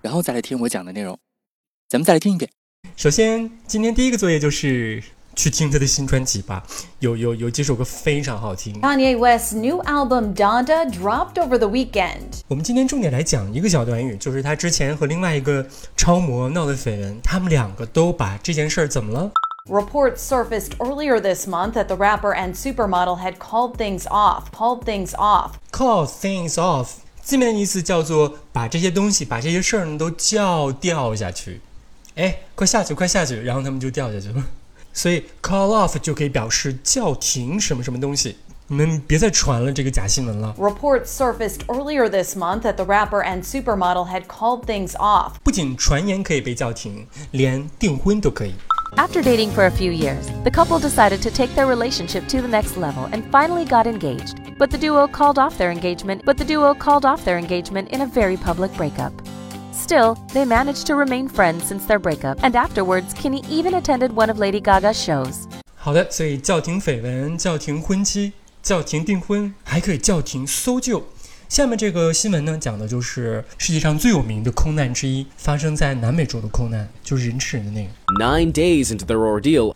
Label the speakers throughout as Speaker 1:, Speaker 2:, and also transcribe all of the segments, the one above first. Speaker 1: 然后再来听我讲的内容。咱们再来听一遍。
Speaker 2: 首先，今天第一个作业就是去听他的新专辑吧，有有有几首歌非常好听。
Speaker 3: Kanye West's new album Donda dropped over the weekend.
Speaker 2: 我们今天重点来讲一个小短语，就是他之前和另外一个超模闹的绯闻，他们两个都把这件事儿怎么了？
Speaker 3: Reports surfaced earlier this month that the rapper and supermodel had called things off, called things off.
Speaker 2: call things off，字面意思叫做把这些东西、把这些事儿呢都叫掉下去。哎，快下去，快下去！然后他们就掉下去了。所以 call off 就可以表示叫停什么什么东西。你们别再传了这个假新闻了。
Speaker 3: Reports surfaced earlier this month that the rapper and supermodel had called things off.
Speaker 2: 不仅传言可以被叫停，连订婚都可以。
Speaker 4: After dating for a few years, the couple decided to take their relationship to the next level and finally got engaged. But the duo called off their engagement, but the duo called off their engagement in a very public breakup. Still, they managed to remain friends since their breakup, and afterwards, Kinney even attended one of Lady Gaga's shows.
Speaker 2: 好的，所以叫停绯闻、叫停婚期、叫停订婚，还可以叫停搜救。下面这个新闻呢，讲的就是世界上最有名的空难之一，发生在南美洲的空难，就是人吃人的那个
Speaker 5: Nine days into their ordeal,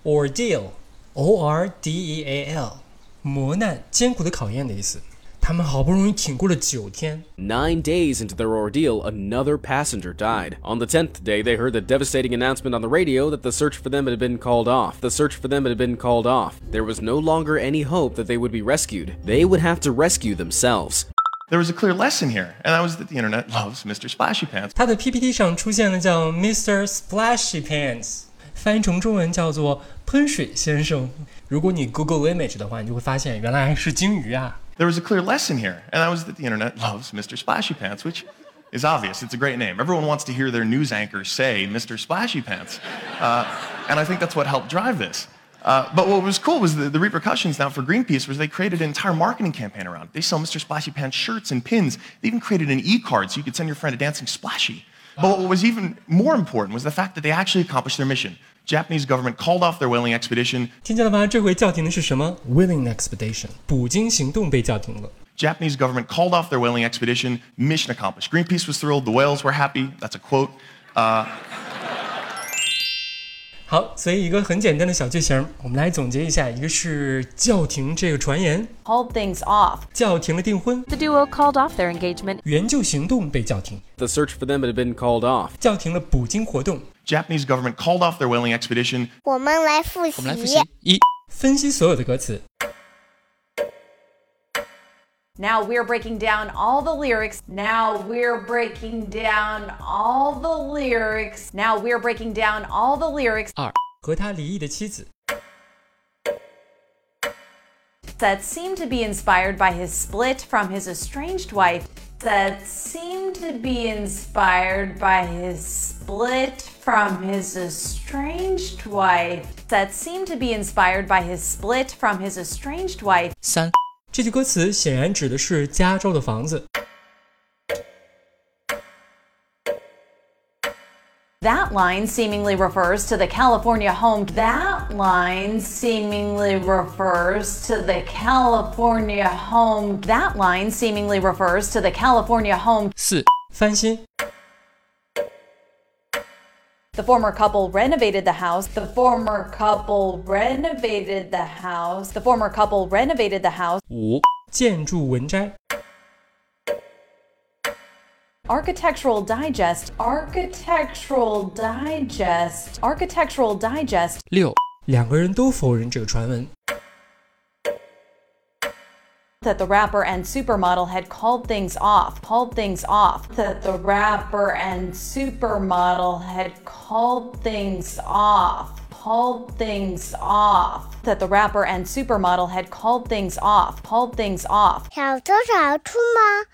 Speaker 2: ordeal，o r d e a l，磨难、艰苦的考验的意思。他们好不容易挺过了九天，
Speaker 5: nine days into their ordeal, another passenger died. On the tenth day, they heard the devastating announcement on the radio that the search for them had been called off. The search for them had been called off. There was no longer any hope that they would be rescued. They would have to rescue themselves.
Speaker 6: there was a clear lesson here, and that was that the internet loves Mr. Splashy Pants.
Speaker 2: 他的 PPT 上出现了叫 Mr. Splashy Pants，翻译成中文叫做喷水先生。如果你 Google Image 的话，你就会发现原来是鲸鱼啊。
Speaker 6: There was a clear lesson here, and that was that the internet loves Mr. Splashy Pants, which is obvious. It's a great name. Everyone wants to hear their news anchor say Mr. Splashy Pants. Uh, and I think that's what helped drive this. Uh, but what was cool was the, the repercussions now for Greenpeace was they created an entire marketing campaign around it. They sell Mr. Splashy Pants shirts and pins. They even created an e-card so you could send your friend a dancing splashy. But what was even more important was the fact that they actually accomplished their mission. Japanese government called off their whaling expedition.
Speaker 2: 听见了吧？这回叫停的是什么？Willing Expedition，捕鲸行动被叫停了。
Speaker 6: Japanese government called off their whaling expedition. Mission accomplished. Greenpeace was thrilled. The whales were happy. That's a quote. Uh,
Speaker 2: 好，所以一个很简单的小句型，我们来总结一下：一个是叫停这个传言，
Speaker 3: Called things off.
Speaker 2: 叫停了订婚，
Speaker 4: The duo called off their engagement
Speaker 2: 援救行动被叫停，
Speaker 5: The search for them had been called off.
Speaker 2: 叫停了捕鲸活动。
Speaker 6: Japanese government called off their whaling expedition.
Speaker 7: 我们来复
Speaker 1: 我
Speaker 7: 习
Speaker 1: 们来复习一，
Speaker 2: 分析所有的歌词，
Speaker 3: Now we're breaking down all the lyrics. Now we're breaking down all the lyrics. Now we're breaking down all the lyrics.
Speaker 2: 和他离异的妻子，
Speaker 3: that seemed to be inspired by his split from his estranged wife. That seemed to be inspired by his split from his estranged wife. That seemed to be inspired by his split from his estranged wife.
Speaker 1: 三
Speaker 2: 这句歌词显然指的是加州的房子。
Speaker 3: That line seemingly refers to the California home. That line seemingly refers to the California home. That line seemingly refers to the California home
Speaker 1: 四
Speaker 2: 翻新，
Speaker 3: The former couple renovated the house. The former couple renovated the house. The former couple renovated the house.
Speaker 1: 五
Speaker 2: 建筑文摘，
Speaker 3: Architectural Digest. Architectural Digest. Architectural Digest.
Speaker 1: 六
Speaker 2: 两个人都否认这个传闻。
Speaker 3: That the rapper and supermodel had called things off. Called things off. That the rapper and supermodel had called things off. Called things off. That the rapper and supermodel had called things off. Called things off.
Speaker 7: 小偷小猪吗？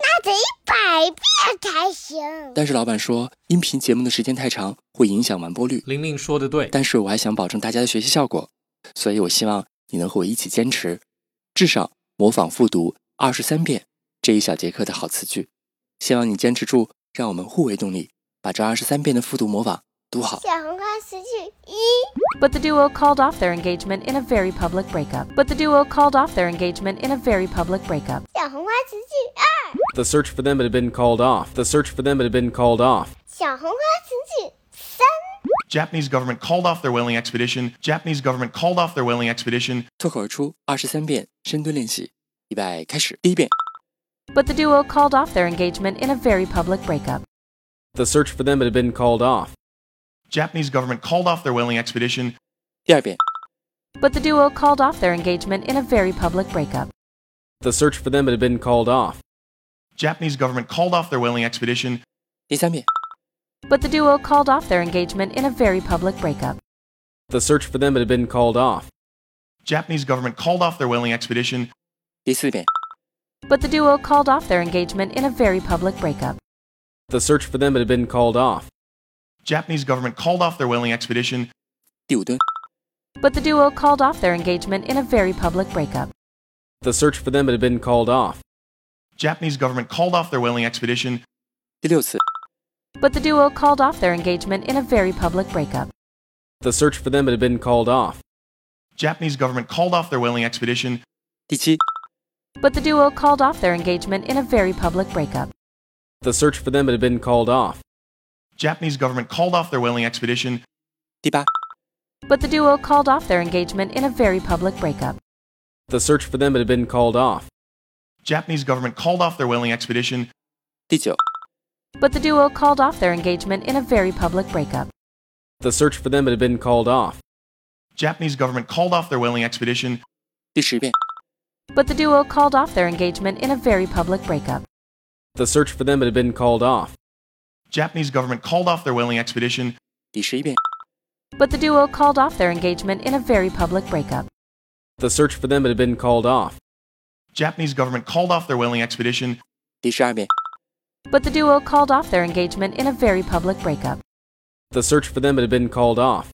Speaker 8: 那得一百遍才行。
Speaker 1: 但是老板说，音频节目的时间太长，会影响完播率。
Speaker 9: 玲玲说的对，
Speaker 1: 但是我还想保证大家的学习效果，所以我希望你能和我一起坚持，至少模仿复读二十三遍这一小节课的好词句。希望你坚持住，让我们互为动力，把这二十三遍的复读模仿读好。
Speaker 8: 小红花词句一，
Speaker 4: But the duo called off their engagement in a very public breakup. But the duo called off their engagement in a very public breakup.
Speaker 8: 小红花词句二，
Speaker 5: The search for them had been called off. The search for them had been called off.
Speaker 8: 小红花词句三，
Speaker 6: Japanese government called off their whaling expedition. Japanese government called off their whaling expedition.
Speaker 1: 脱口而出二十三遍深蹲练习，预备开始。第一遍，
Speaker 4: But the duo called off their engagement in a very public breakup.
Speaker 5: The search for them had been called off.
Speaker 6: Japanese government called off their whaling expedition.
Speaker 1: 第二遍，
Speaker 4: But the duo called off their engagement in a very public breakup.
Speaker 5: The search for them had been called off.
Speaker 6: Japanese government called off their whaling expedition.
Speaker 1: 第三遍，
Speaker 4: But the duo called off their engagement in a very public breakup.
Speaker 5: The search for them had been called off.
Speaker 6: Japanese government called off their whaling expedition.
Speaker 1: 第四遍，
Speaker 4: But the duo called off their engagement in a very public breakup.
Speaker 5: The search for them had been called off.
Speaker 6: Japanese government called off their whaling expedition.
Speaker 1: 第五蹲，
Speaker 4: But the duo called off their engagement in a very public breakup.
Speaker 5: The search for them had been called off.
Speaker 6: Japanese government called off their whaling expedition.
Speaker 1: 第六次，
Speaker 4: But the duo called off their engagement in a very public breakup.
Speaker 5: The search for them had been called off.
Speaker 6: Japanese government called off their whaling expedition.
Speaker 1: 第七，
Speaker 4: But the duo called off their engagement in a very public breakup.
Speaker 5: The search for them had been called off.
Speaker 6: Japanese government called off their whaling expedition.
Speaker 1: 第八，
Speaker 4: But the duo called off their engagement in a very public breakup.
Speaker 5: The search for them had been called off.
Speaker 6: Japanese government called off their whaling expedition.
Speaker 1: 第九，
Speaker 4: But the duo called off their engagement in a very public breakup.
Speaker 5: The search for them had been called off.
Speaker 6: Japanese government called off their whaling expedition.
Speaker 1: 第十遍，
Speaker 4: But the duo called off their engagement in a very public breakup.
Speaker 5: The search for them had been called off.
Speaker 6: Japanese government called off their whaling expedition.
Speaker 1: 第十一遍，
Speaker 4: But the duo called off their engagement in a very public breakup.
Speaker 5: The search for them had been called off.
Speaker 6: Japanese government called off their whaling expedition.
Speaker 1: 第十二遍，
Speaker 4: But the duo called off their engagement in a very public breakup.
Speaker 5: The search for them had been called off.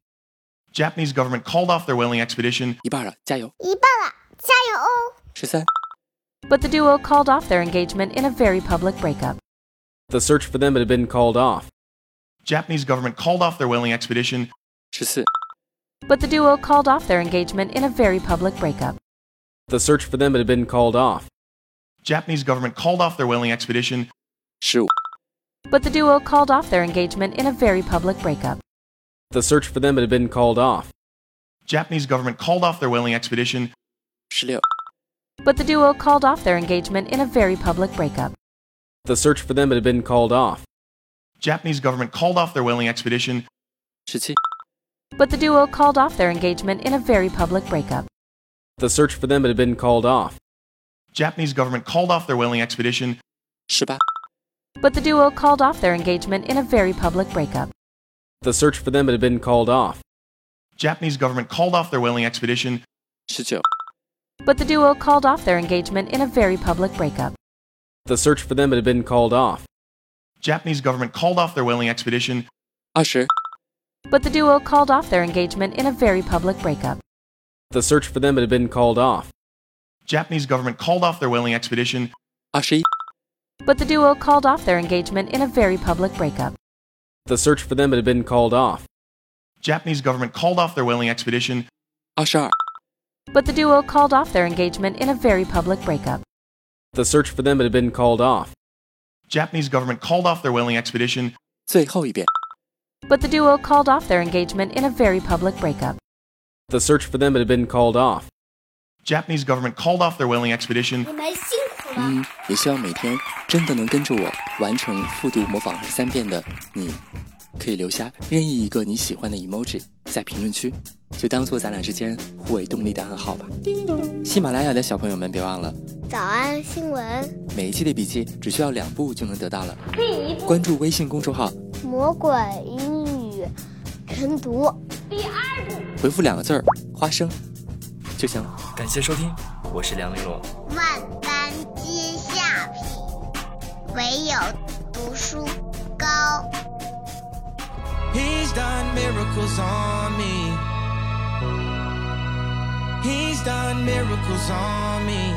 Speaker 6: Japanese government called off their whaling expedition.
Speaker 1: 一半了，加油！
Speaker 8: 一半了，加油哦！
Speaker 1: 十三、
Speaker 4: But the duo called off their engagement in a very public breakup.
Speaker 5: The search for them had been called off.
Speaker 6: Japanese government called off their whaling expedition.
Speaker 1: 十四、
Speaker 4: But the duo called off their engagement in a very public breakup.
Speaker 5: The search for them had been called off.
Speaker 6: Japanese government called off their whaling expedition.
Speaker 1: 十五、
Speaker 4: But the duo called off their engagement in a very public breakup.
Speaker 5: The search for them had been called off.
Speaker 6: Japanese government called off their whaling expedition.
Speaker 1: 十六、
Speaker 4: But the duo called off their engagement in a very public breakup.
Speaker 5: The search for them had been called off.
Speaker 6: Japanese government called off their whaling expedition.
Speaker 1: 十七、
Speaker 4: But the duo called off their engagement in a very public breakup.
Speaker 5: The search for them had been called off.
Speaker 6: Japanese government called off their whaling expedition.
Speaker 1: 十八、
Speaker 4: But the duo called off their engagement in a very public breakup.
Speaker 5: The search for them had been called off.
Speaker 6: Japanese government called off their whaling expedition.
Speaker 1: 十九、
Speaker 4: But the duo called off their engagement in a very public breakup.
Speaker 5: The search for them had been called off.
Speaker 6: Japanese government called off their whaling expedition.
Speaker 1: 二十、
Speaker 4: But the duo called off their engagement in a very public breakup.
Speaker 5: The search for them had been called off.
Speaker 6: Japanese government called off their whaling expedition.
Speaker 1: 二十一、
Speaker 4: But the duo called off their engagement in a very public breakup.
Speaker 5: The search for them had been called off.
Speaker 6: Japanese government called off their whaling expedition.
Speaker 1: 二十二、
Speaker 4: But the duo called off their engagement in a very public breakup.
Speaker 5: The search for them had been called off.
Speaker 6: Japanese government called off their whaling expedition.
Speaker 1: 最后一遍。
Speaker 4: But the duo called off their engagement in a very public breakup.
Speaker 5: The search for them had been called off.
Speaker 6: Japanese government called off their whaling
Speaker 7: 嗯
Speaker 6: expedition.
Speaker 8: 你们辛苦了。
Speaker 1: 嗯，也希望每天真的能跟着我完成复读模仿三遍的你，可以留下任意一个你喜欢的 emoji 在评论区，就当做咱俩之间互为动力的暗号吧。喜马拉雅的小朋友们，别忘了
Speaker 8: 早安新闻，
Speaker 1: 每一期的笔记只需要两步就能得到了。
Speaker 10: 第一步，
Speaker 1: 关注微信公众号，
Speaker 7: 魔鬼英语晨读。
Speaker 10: 第二步。
Speaker 1: 回复两个字儿“花生”就行了。感谢收听，我是梁丽罗。
Speaker 8: 万般皆下品，唯有读书高。
Speaker 9: He's done miracles on me. He's done miracles on me.